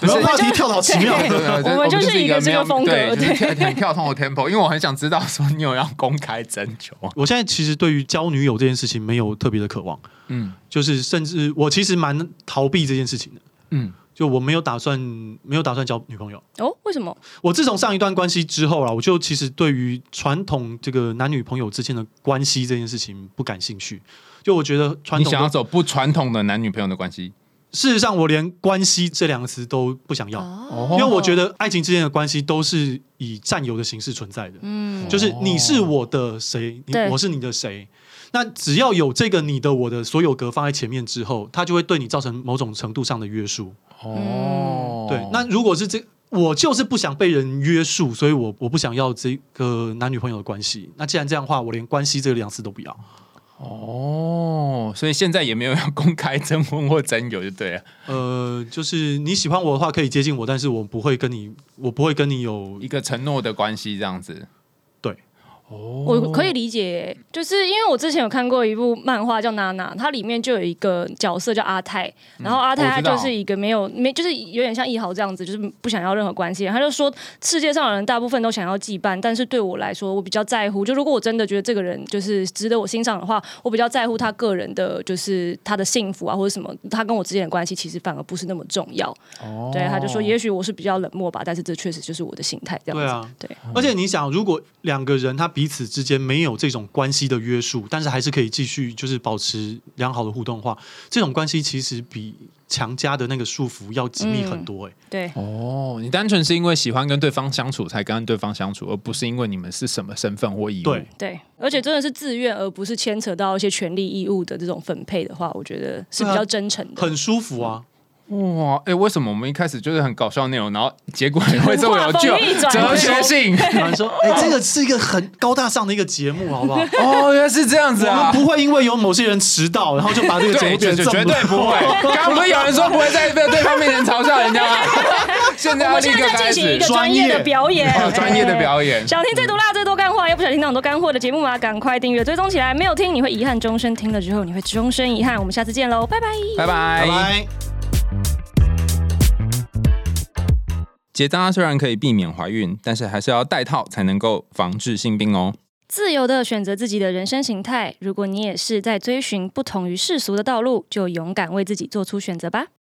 Speaker 3: 然后话题跳得好奇妙。
Speaker 4: 对
Speaker 2: 啊
Speaker 4: 我们就是一个这个风格
Speaker 2: 对，就
Speaker 4: 对
Speaker 2: 是很跳动的 tempo，因为我很想知道说你有要公开征求吗
Speaker 3: 我现在其实对于交女友这件事情没有特别的渴望，
Speaker 2: 嗯
Speaker 3: 就是甚至我其实蛮逃避这件事情的，
Speaker 2: 嗯，
Speaker 3: 就我没有打算没有打算交女朋友。
Speaker 4: 哦，为什么？
Speaker 3: 我自从上一段关系之后啦，我就其实对于传统这个男女朋友之间的关系这件事情不感兴趣。就我觉得传
Speaker 2: 嗯你
Speaker 3: 统
Speaker 2: 想要
Speaker 3: 的，
Speaker 2: 走不传统的男女朋友的关系
Speaker 3: 事实上我连“关系”这两个词都不想要，
Speaker 4: 哦
Speaker 2: 哦
Speaker 3: 因为我觉得爱情之间的关系都是以占有的形式存在的，
Speaker 4: 嗯
Speaker 3: 就是你是我的谁，你
Speaker 4: 对
Speaker 3: 我是你的谁。那只要有这个你的我的所有格放在前面之后，它就会对你造成某种程度上的约束。
Speaker 4: 嗯
Speaker 2: 哦
Speaker 3: 对，那如果是这，我就是不想被人约束，所以我我不想要这个男女朋友的关系。那既然这样的话，我连关系这两次都不要。
Speaker 2: 哦，所以现在也没有要公开征婚或征友就对了，
Speaker 3: 呃，就是你喜欢我的话，可以接近我，但是我不会跟你，我不会跟你有
Speaker 2: 一个承诺的关系这样子。
Speaker 3: 对。
Speaker 2: 哦
Speaker 4: 我可以理解，就是因为我之前有看过一部漫画叫《娜娜》，它里面就有一个角色叫阿泰，然后阿
Speaker 2: 嗯
Speaker 4: 泰
Speaker 2: 我
Speaker 4: 他
Speaker 2: 知道
Speaker 4: 就是一个没有没就是有点像一豪这样子，就是不想要任何关系。他就说，世界上的人大部分都想要羁绊，但是对我来说，我比较在乎，就如果我真的觉得这个人就是值得我欣赏的话，我比较在乎他个人的，就是他的幸福啊或者什么，他跟我之间的关系其实反而不是那么重要。
Speaker 2: 哦
Speaker 4: 对，他就说，也许我是比较冷漠吧，但是这确实就是我的心态这样子。
Speaker 3: 对啊
Speaker 4: 对
Speaker 3: 而且你想，如果两个人他彼此之间没有这种关系的约束，但是还是可以继续就是保持良好的互动的话，这种关系其实比强加的那个束缚要紧密很多、欸。
Speaker 4: 对
Speaker 2: 哦，你单纯是因为喜欢跟对方相处才跟对方相处，而不是因为你们是什么身份或义务。
Speaker 3: 对，
Speaker 4: 对，而且真的是自愿，而不是牵扯到一些权利义务的这种分配的话，我觉得是比较真诚的。
Speaker 3: 很舒服啊。
Speaker 2: 哇，哎、为什么我们一开始就是很搞笑的内容，然后结果也会这么有具有
Speaker 4: 话锋一转
Speaker 2: 哲学性？
Speaker 3: 有人说：“哎、这个是一个很高大上的一个节目，好不好？”
Speaker 2: 哦，原来是这样子
Speaker 3: 我们
Speaker 2: 啊！
Speaker 3: 不会因为有某些人迟到，然后就把这个节
Speaker 2: 对，
Speaker 3: 目
Speaker 2: 绝
Speaker 3: 变
Speaker 2: 绝
Speaker 3: 成
Speaker 2: 绝
Speaker 3: 这么
Speaker 2: 对不会。刚刚不是有人说不会在对对方面前嘲笑人 家吗？现在
Speaker 4: 我
Speaker 2: 要
Speaker 4: 们
Speaker 2: 立
Speaker 4: 现
Speaker 2: 刻
Speaker 4: 在在
Speaker 2: 开
Speaker 4: 进行一个
Speaker 2: 始
Speaker 4: 专业的表演，
Speaker 2: 哦专 业的表演
Speaker 4: 哎想听最毒辣、最多干话，又不想听到很多干货的节目吗？赶快订阅、追踪起来！没有听你会遗憾终身，听了之后你会终身遗憾。我们下次见喽，拜拜。
Speaker 2: 拜
Speaker 3: 拜
Speaker 2: 拜。
Speaker 3: 拜。
Speaker 2: 结扎虽然可以避免怀孕，但是还是要戴套才能够防治性病哦。
Speaker 4: 自由的选择自己的人生形态。如果你也是在追寻不同于世俗的道路，就勇敢为自己做出选择吧。